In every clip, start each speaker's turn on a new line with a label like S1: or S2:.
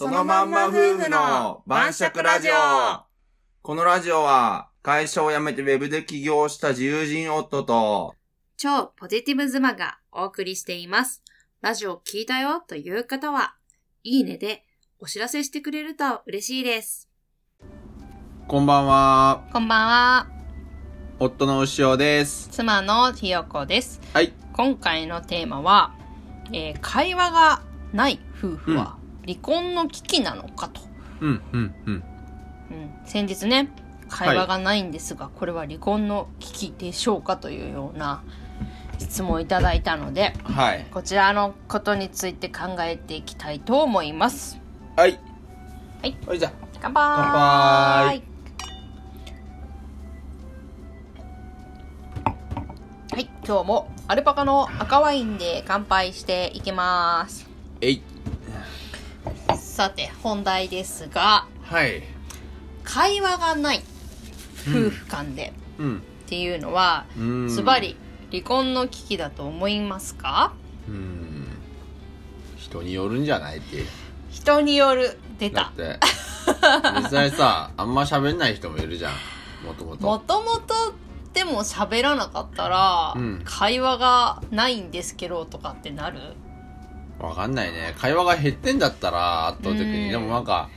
S1: のまんま夫婦の晩酌ラジオこのラジオは、会社を辞めてウェブで起業した自由人夫と、
S2: 超ポジティブ妻がお送りしています。ラジオ聞いたよという方は、いいねでお知らせしてくれると嬉しいです。
S1: こんばんは、
S3: こんばんは、
S1: 夫の牛尾です。
S3: 妻のひよこです。
S1: はい。
S3: 今回のテーマは、えー会話がない夫婦は離婚の危機なのかと。
S1: うん、うん、うん。
S3: うん、先日ね、会話がないんですが、これは離婚の危機でしょうかというような質問をいただいたので、
S1: はい。
S3: こちらのことについて考えていきたいと思います。
S1: はい。
S3: はい。
S1: はい、じゃ乾
S3: 乾杯
S1: 杯
S3: はい、今日もアルパカの赤ワインで乾杯していきます。
S1: えい。
S3: さて、本題ですが、
S1: はい。
S3: 会話がない
S1: うん
S3: 夫婦間で
S1: うん。
S3: っていうのは、
S1: うん
S3: ズバ。リ離婚の危機だと思いますか
S1: うん。人によるんじゃないって。
S3: 人による、出
S1: だ
S3: た
S1: っ。 て、実際さ、あんま喋んない人もいるじゃん。もとも
S3: も
S1: と。
S3: ともとでも喋らなかったら、
S1: うん
S3: 会話がないんですけどとかってなる
S1: わかんないね。会話が減ってんだったら、圧倒的
S3: う
S1: に。
S3: ん
S1: でもなんか、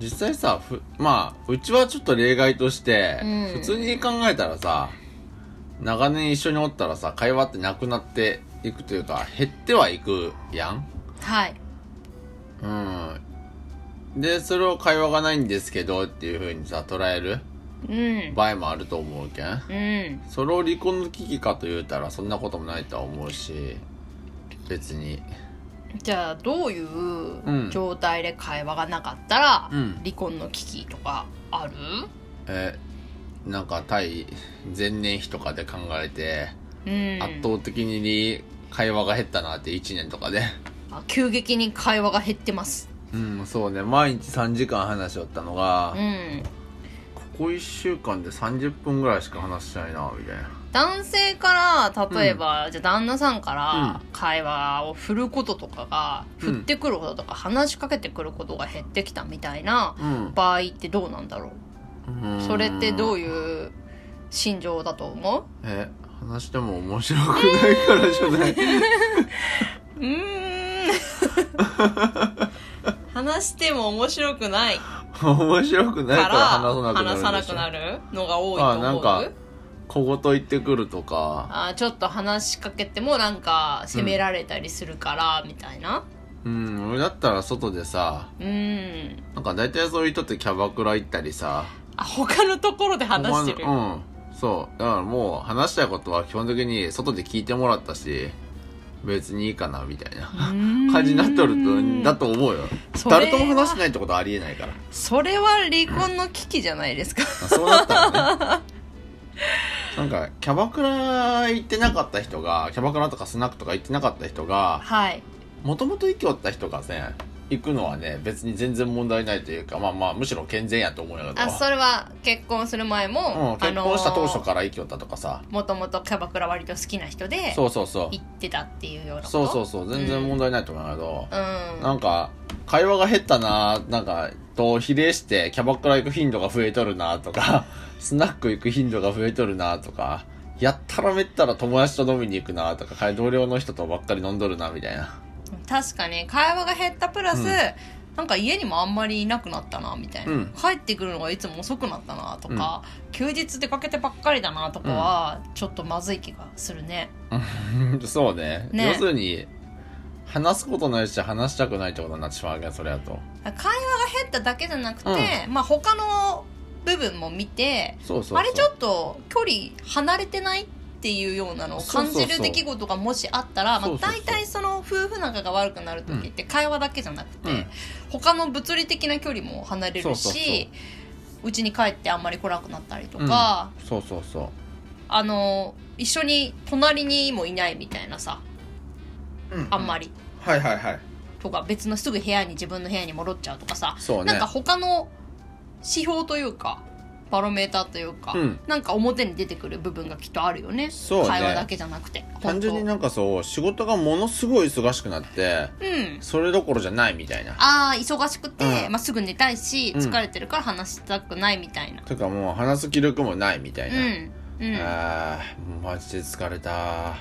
S1: 実際さ、ふ、まあ、うちはちょっと例外として
S3: うん、
S1: 普通に考えたらさ、長年一緒におったらさ、会話ってなくなっていくというか、減ってはいくやん
S3: はい。
S1: うん。で、それを会話がないんですけどっていう風にさ、捉える
S3: うん。
S1: 場合もあると思うけん。
S3: うん。
S1: それを離婚の危機かと言うたらそんなこともないとは思うし別に
S3: じゃあ、どうい
S1: ん
S3: う状態で会話がなかったら、
S1: うん
S3: 離婚の危機とかある
S1: えなんか対前年比とかで考えて、
S3: うん。
S1: 圧倒的に会話が減ったなって1年とかで
S3: あ急激に会話が減ってます。
S1: うんそうね毎日3時間話しよったのが、
S3: うん。
S1: ここ1週間で30分ぐらいしか話してないなみたいな
S3: 男性から、例えば、じゃあ旦那さんから
S1: う
S3: 会話を振ることとかが、
S1: うん
S3: 振ってくることとか、話しかけてくることが減ってきたみたいな
S1: うん
S3: 場合ってどうなんだろうそれってどういう心情だと思
S1: え話しても面白くないからじゃない
S3: ううーん。 話しても面白くない。
S1: 面白くない
S3: か
S1: からら話さなくなるんで
S3: 話
S1: しょ
S3: さなくなるのが多いと
S1: あ
S3: 思う
S1: なんか小言言ってくるとか
S3: あちょっと話しかけてもなんか責められたりするから、みたいな
S1: うん、俺だったら外でさ、
S3: うん
S1: なんか大体そういう人ってキャバクラ行ったりさ。
S3: あ他のところで話してる
S1: 他のうん。そう。だからもう話したいことは基本的に外で聞いてもらったし、別にいいかな、みたいな感
S3: 感
S1: じになっとると、だと思うよ。誰とも話して
S3: い
S1: ないってことはありえないから。
S3: それは離婚の危機じゃないです か
S1: まあそうなったら ね。なんか、キャバクラ行ってなかった人が、キャバクラとかスナックとか行ってなかった人が、
S3: はい
S1: もともと生きおった人がね、行くのはね、別に全然問題ないというか、まあまあ、むしろ健全やと思うんやけど。
S3: あそれは結婚する前
S1: う
S3: も、
S1: ん、結婚した当初
S3: ら
S1: から生きよったとかさ、
S3: もともとキャバクラ割と好きな人で
S1: そうそうそう
S3: 行ってたっていうようなこと
S1: そうそうそう全然問題ないと思うんだけど、
S3: うん
S1: なんか会話が減ったななんかと比例してキャバクラ行く頻度が増えとるなとか スナック行く頻度が増えとるなとかやったらめったら友達と飲みに行くなとか同僚の人とばっかり飲んどるなみたいな
S3: 確かに会話が減ったプラス、
S1: うん
S3: なんか家にもあんまりいなくなったなみたいな、
S1: うん
S3: 帰ってくるのがいつも遅くなったなとか、休日出かけてばっかりだなとかは、ちょっとまずい気がするね
S1: そうね
S3: ね
S1: 要するに話すことないし話したくないってことになってしまうわけどそれやと
S3: 会話が減っただけじゃなくて、まあ他の部分も見て
S1: そうそうそう
S3: あれちょっと距離離れてないっていうようなのを感
S1: そう
S3: じ
S1: そう
S3: る
S1: そう
S3: 出来事がもしあったらまあ
S1: そうそうそう
S3: 大体その夫婦仲が悪くなる時って会話だけじゃなくて、
S1: うん
S3: 他の物理的な距離も離れる
S1: そうそう
S3: しうちに帰ってあんまり来なくなったりとか、
S1: そうそうそう
S3: あの一緒に隣にもいないみたいなさあんまり
S1: はいはいはい
S3: とか別のすぐ部屋に自分の部屋に戻っちゃうとかさ、
S1: そうね
S3: なんか他の指標というかパロメーターというか、
S1: うん
S3: なんか表に出てくる部分がきっとあるよね
S1: そうね
S3: 会話だけじゃなくて
S1: 単純になんかそう、仕事がものすごい忙しくなって、
S3: うん
S1: それどころじゃないみたいな。
S3: ああ忙しくて、
S1: うん
S3: まあ、すぐ寝たいし
S1: うん
S3: 疲れてるから話したくないみたいな
S1: とかもう話す気力もないみたいな。
S3: うん、うん、
S1: あーマジで疲れた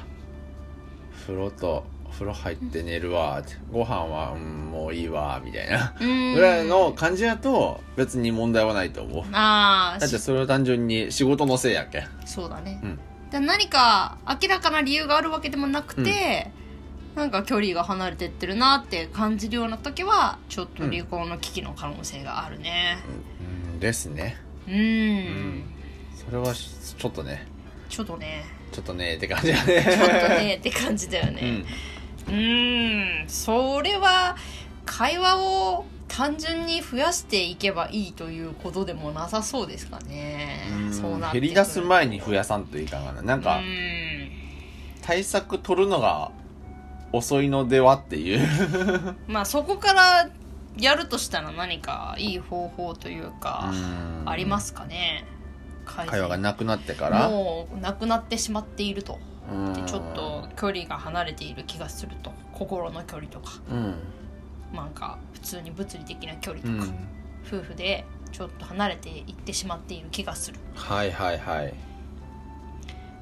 S1: 風呂と風呂入って寝るわってご飯は、うん、もういいわみたいな
S3: うん
S1: ぐらいの感じやと別に問題はないと思う
S3: ああ
S1: だってそれは単純に仕事のせいやけん
S3: そうだね、
S1: うん
S3: で何か明らかな理由があるわけでもなくて、なんか距離が離れてってるなって感じるような時はちょっと離婚の危機の可能性があるね
S1: うんですね
S3: うん、
S1: んそれはしちょっとね
S3: ちょっと ね
S1: ちょっとねって感じだ
S3: ちょっと
S1: ね
S3: ねって感じだよ
S1: う
S3: ね
S1: ん
S3: うんんそれは会話を単純に増やしていけばいいということでもなさそうですかね
S1: うん
S3: そうなって
S1: 減り出す前に増やさんといかんがななん
S3: か
S1: か対策取るのが遅いのではっていう
S3: まあそこからやるとしたら何かいい方法というか、ありますすかね会
S1: 会話がなくなってから
S3: もうなくなってしまっていると
S1: うん
S3: でちょっと距離が離れている気がすると心の距離とか
S1: うん、
S3: なんか普通に物理的な距離
S1: う
S3: とか、
S1: ん、
S3: 夫婦でちょっと離れていってしまっている気がする
S1: はいはいはい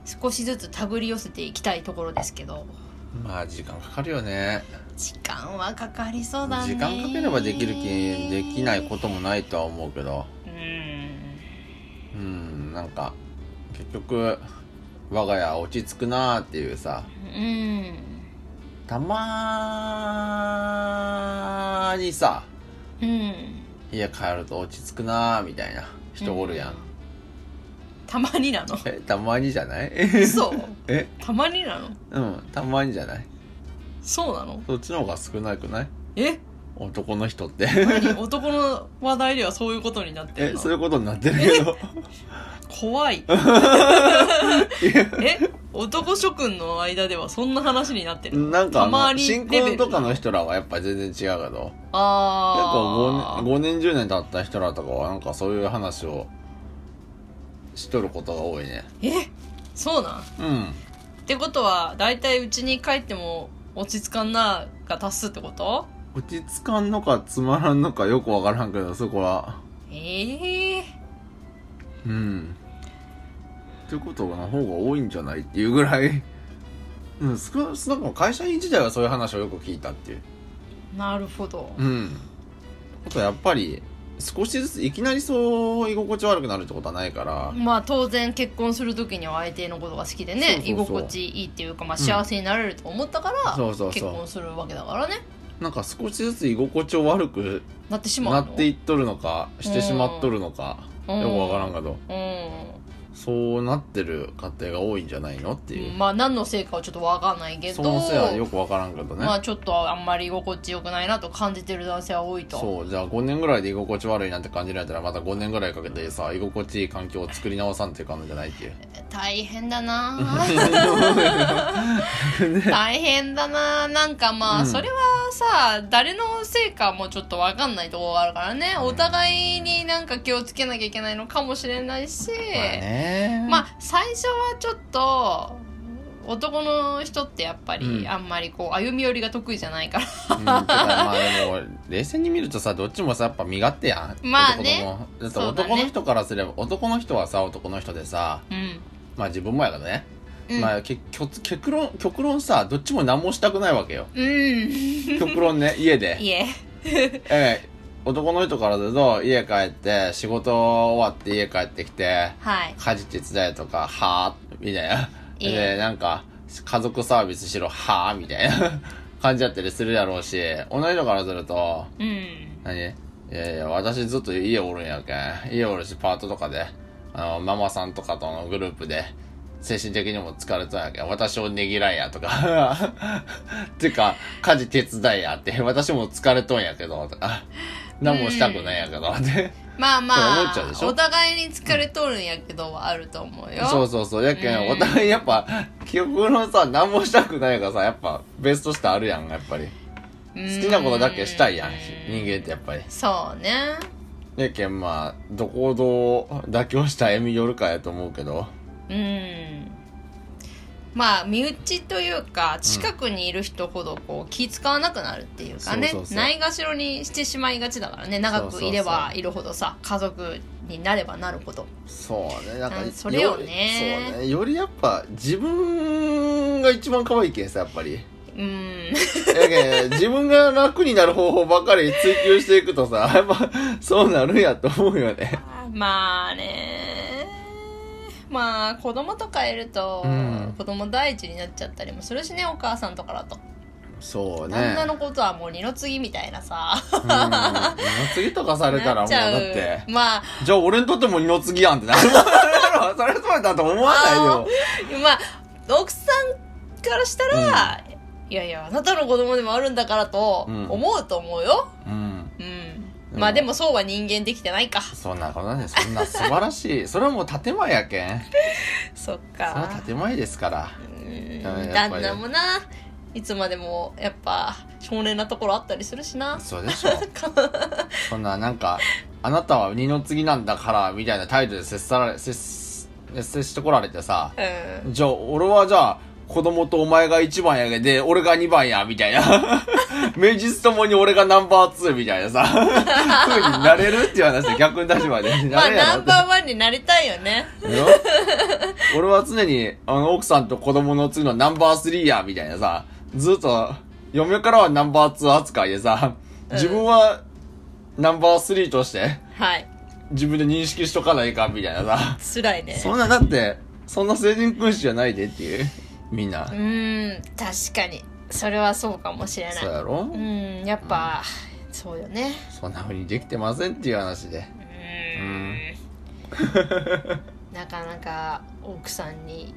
S3: 少しずつ手繰り寄せていきたいところですけど
S1: まあ時間かかるよね
S3: 時間はかかりそうだ
S1: 時
S3: ね
S1: 間かければできる気できないこともないとは思うけど
S3: うん
S1: うんなんか結局我が家落ち着くなーっていうさ
S3: うん
S1: たまーにさ
S3: うん
S1: 家帰ると落ち着くなーみたいな人おるやん、
S3: うたまに なの
S1: えたまにじゃない
S3: 嘘
S1: え
S3: たまになの
S1: うんたまにじゃない
S3: そうなの
S1: そっちの方が少なくない
S3: え
S1: 男の人って
S3: 何男の話題ではそういうことになって
S1: え
S3: るの
S1: そういうことになってるけど
S3: 怖いえ男諸君の間ではそんな話になってるの
S1: なんかあ
S3: たま
S1: の、
S3: に
S1: 新
S3: レベ
S1: 婚
S3: ル
S1: とかの人らはやっぱ全然違うけど、なんか
S3: ああ
S1: 5, 年10年経った人らとかはなんかそういう話をしとることが多いね。
S3: えそうなんっ
S1: うん。
S3: てことは大体うちに帰っても落ち着かんなが多数ってこと
S1: 落ち着かんのかつまらんのかよくわからんけど、そこは。
S3: ええ
S1: うん。ってことの方が多いんじゃないっていうぐらい。うん、少な少なくとも会社員時代はそういう話をよく聞いたっていう。
S3: なるほど
S1: うん。あとやっぱり、少しずついきなりそう居心地悪くなるってことはないから、
S3: まあ当然結婚する時には相手のことが好きでね
S1: そうそうそう
S3: 居心地いいっていうか、まあ、幸せになれると思ったから、
S1: そうそう
S3: 結
S1: そう。
S3: 婚するわけだからね
S1: なんか少しずつ居心地を悪く
S3: なってしま
S1: な
S3: うの
S1: っていっとるのかしてしまっとるのか
S3: う
S1: よ
S3: ん
S1: くわからんけど
S3: う
S1: そうなってる家庭が多いんじゃないのってい
S3: ん、
S1: う
S3: まあ何のせいかはちょっとわかんないけ
S1: そ
S3: ど
S1: のせいはよくわからんけどね
S3: まあちょっとあんまり居心地よくないなと感じてる男性は多いと
S1: そうじゃあ5年ぐらいで居心地悪いなって感じられたらまた5年ぐらいかけてさ居心地いい環境を作り直さんっていう感じじゃないっていう
S3: 大変だ なぁ大変だなぁなんかまあ、
S1: うん
S3: それはさ誰のせいかもちょっとわかんないところがあるからねお互いになんか気をつけなきゃいけないのかもしれないし、
S1: まあね
S3: まあ最初はちょっと男の人ってやっぱ
S1: う
S3: り
S1: ん
S3: あんまりこう歩み寄りが得意じゃないから、
S1: うんてかまあでも冷静に見るとさどっちもさやっぱ身勝手やん
S3: まあね
S1: 男のだって
S3: そうだね
S1: 男の人からすれば男の人はさ男の人でさ
S3: うん
S1: まあ自分もやけどね
S3: うん、
S1: まあ、け結極論、極論さ、どっちも何もしたくないわけよ。
S3: うんい
S1: 極論ね、家で。
S3: え
S1: ええ男の人からだと、家帰って、仕事終わって家帰ってきて、
S3: はい
S1: 家事手伝えとか、はぁ、みたいな。
S3: ええ
S1: で、なんか、家族サービスしろ、はぁ、みたいな 感じだったりするやろうし、同じ人からすると、
S3: うん
S1: 何いやいや、私ずっと家おるんやけん。家おるし、パートとかで、あの、ママさんとかとのグループで、精神的にも疲れとんやけん。私をねぎらいやとか。 てか、家事手伝いやって。私も疲れとんやけど、とか。何もしたくないやけど、って。
S3: まあ
S1: そう
S3: ま
S1: 思っちゃうで
S3: あ
S1: しょ
S3: お互いに疲れとるんやけどはあると思うよ
S1: そうそうそう。やけ
S3: うん
S1: ん、お互いやっぱ、記憶のさ、何もしたくないがさ、やっぱ、ベストしてあるやん、やっぱり。
S3: うん
S1: 好きなことだけしたいやん、人間ってやっぱり。
S3: そうね
S1: でやけんまあどこをどう妥協した歩み寄るかやと思うけど
S3: うんまあ身内というか近くにいる人ほどこう気使わなくなるっていうかね
S1: そうそうそう
S3: ないがしろにしてしまいがちだからね長くいればいるほどさ家族になればなるほど
S1: そうねなんか
S3: うんそれよね
S1: よそうねよりやっぱ自分が一番可愛いけんさやっぱり
S3: うん
S1: やけん 自分が楽になる方法ばかり追求していくとさやっぱそうなるんやと思うよね
S3: まあねまあ子供とかいると
S1: うん
S3: 子供第一になっちゃったりもするしねお母さんとかだと
S1: そうね
S3: 旦那のことはもう二の次みたいなさ
S1: うん二の次とかされたら
S3: な
S1: も
S3: っ
S1: う
S3: ち ゃ
S1: だっ
S3: う
S1: て
S3: まあ
S1: じゃあ俺にとっても二の次やんって なるそれはそうだと思わないよ
S3: まあ奥さんからしたら、いやいやあなたの子供でもあるんだからと
S1: うん
S3: 思うと思うよ、
S1: うん
S3: うん
S1: うん
S3: まあでもそうは人間できてないか
S1: そんなことねそんな素晴らしいそれはもう建前やけん
S3: そっ
S1: それは
S3: か
S1: 建前ですから
S3: うん
S1: やっぱり
S3: 旦那もないつまでもやっぱ少年なところあったりする しな
S1: そうでしょそんななんかあなたは二の次なんだからみたいな態度で接さられ接し接してこられてさ
S3: うん
S1: じゃあ俺はじゃあ子供とお前が1番やけで俺が2番やみたいな 名実ともに俺がナンバー2みたいなさ 風になれるっていう話で逆の立場で
S3: ま
S1: な
S3: あ
S1: れや
S3: ナ
S1: ろ
S3: ンバーワンになりたいよ ね
S1: よ俺は常に、あの、奥さんと子供の次のナンバースリーや、みたいなさ、ずっと、嫁からはナンバーツー扱いでさ、
S3: うん
S1: 自分は、ナンバースリーとして、
S3: はい
S1: 自分で認識しとかないかん、みたいなさ。
S3: 辛いね
S1: そんな、だって、そんな成人君子じゃないでっていう、みんな
S3: う。ん確かにそれはそうかもしれない
S1: そうやろ
S3: うんやっぱ、そうよね
S1: そんな風にできてませんっていう話で。
S3: うーん なかなか奥さんに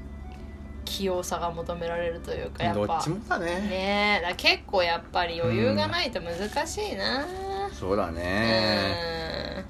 S3: 器用さが求められるというかや
S1: ど
S3: っ
S1: っ
S3: ぱ
S1: ちもだね。
S3: ねえだから結構やっぱり余裕がないと難しいな
S1: そうだ
S3: うん
S1: ね。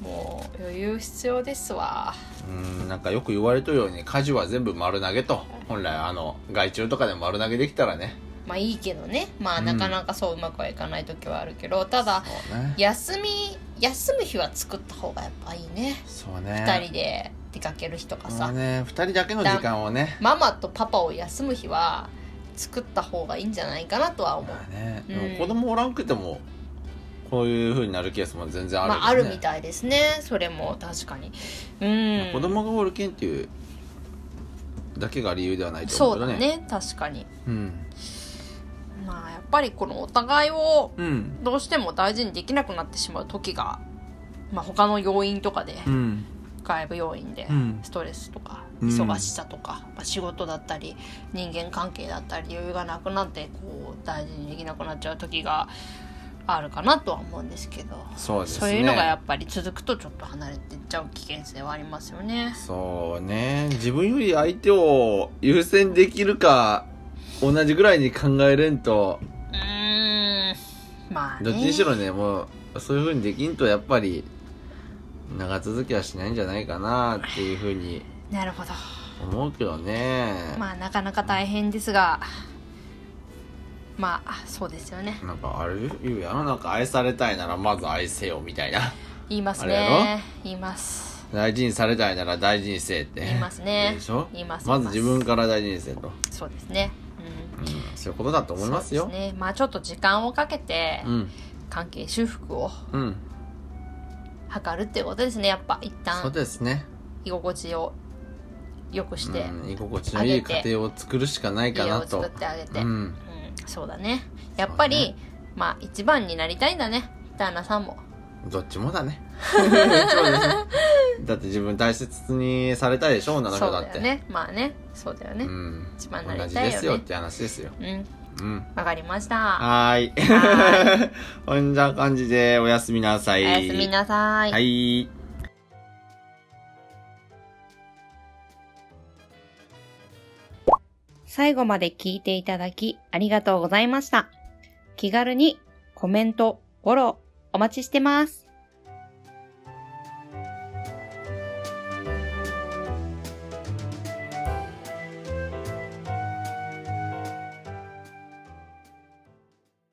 S3: もう余裕必要ですわ
S1: うん、なんかよく言われてるように、家事は全部丸投げと。本来、あの、外注とかでも丸投げできたらね。
S3: まあいいけどねまあ
S1: うん
S3: なかなかそううまくはいかない時はあるけどただ
S1: そうね。
S3: 休み休む日は作った方がやっぱいいね
S1: そうね。
S3: 2人で出かける日とか
S1: まあ
S3: さ
S1: ね、二人だけの時間をね。
S3: ママとパパを休む日は作った方がいいんじゃないかなとは思う
S1: まあね、
S3: うん
S1: でも子供おらんくても、こういう風になるケースも全然ある、ね。
S3: まあ、あるみたいですねそれも確かにうん
S1: 子供がおるけんっていう、だけが理由ではないと
S3: そ
S1: 思
S3: う
S1: うけど
S3: だ
S1: ね。
S3: ね確かに
S1: うん。
S3: まあやっぱりこのお互いを
S1: うん。
S3: どうしても大事にできなくなってしまう時が、まあ、他の要因とかで、
S1: うん。
S3: 外部要因で、
S1: うん
S3: ストレスとか
S1: うん
S3: 忙しさとか、まあ、仕事だったり人間関係だったり余裕がなくなってこう大事にできなくなっちゃう時があるかなとは思うんですけど
S1: そうですね。
S3: そういうのがやっぱり続くとちょっと離れていっちゃう危険性はありますよね。
S1: そうね。自分より相手を優先できるか、同じぐらいに考えれんと、
S3: うーんまあ
S1: ど
S3: ね。
S1: っちにしろね、もう、そういう風にできんと、やっぱり、長続きはしないんじゃないかなっていう風に
S3: なるほど。
S1: 思うけどね。
S3: まあなかなか大変ですが、まあそうですよね。
S1: なんかあれ言うやろなんか愛されたいならまず愛せよみたいな
S3: 言います
S1: あれや
S3: ね。言います。
S1: 大事にされたいなら大事にせえって
S3: 言いますね
S1: でしょ
S3: 言います
S1: まず自分から大事にせえと、
S3: そうですね。うん。
S1: うん、そういうことだと思いますよ
S3: そうですね。まあちょっと時間をかけて
S1: うん
S3: 関係修復を
S1: うん
S3: 図るっていうことですね。やっぱ一
S1: そう
S3: 旦
S1: ですね、
S3: 居心地を良くして
S1: うん、居心地のいい家庭を作るしかないか
S3: 家
S1: な
S3: を
S1: と
S3: 作ってあげて。
S1: うん
S3: うんそうだねやっぱり、
S1: そうね
S3: まあ一番になりたいんだね旦那さんも
S1: どっちもだ ねどっちもですねだって自分大切にされたいでしょ女の人
S3: そう
S1: だ
S3: だ
S1: っ
S3: よ
S1: て
S3: ねまあねそうだよね
S1: うん
S3: 一番なりたいよ
S1: 同
S3: ね
S1: じですよって話ですよ
S3: うん
S1: うん
S3: わかりました
S1: はーい
S3: は。
S1: こんな感じでおやすみなさ
S3: お
S1: い。
S3: やすみなさい
S1: はい。
S3: 最後まで聞いていただきありがとうございました気軽にコメントフォローお待ちしてます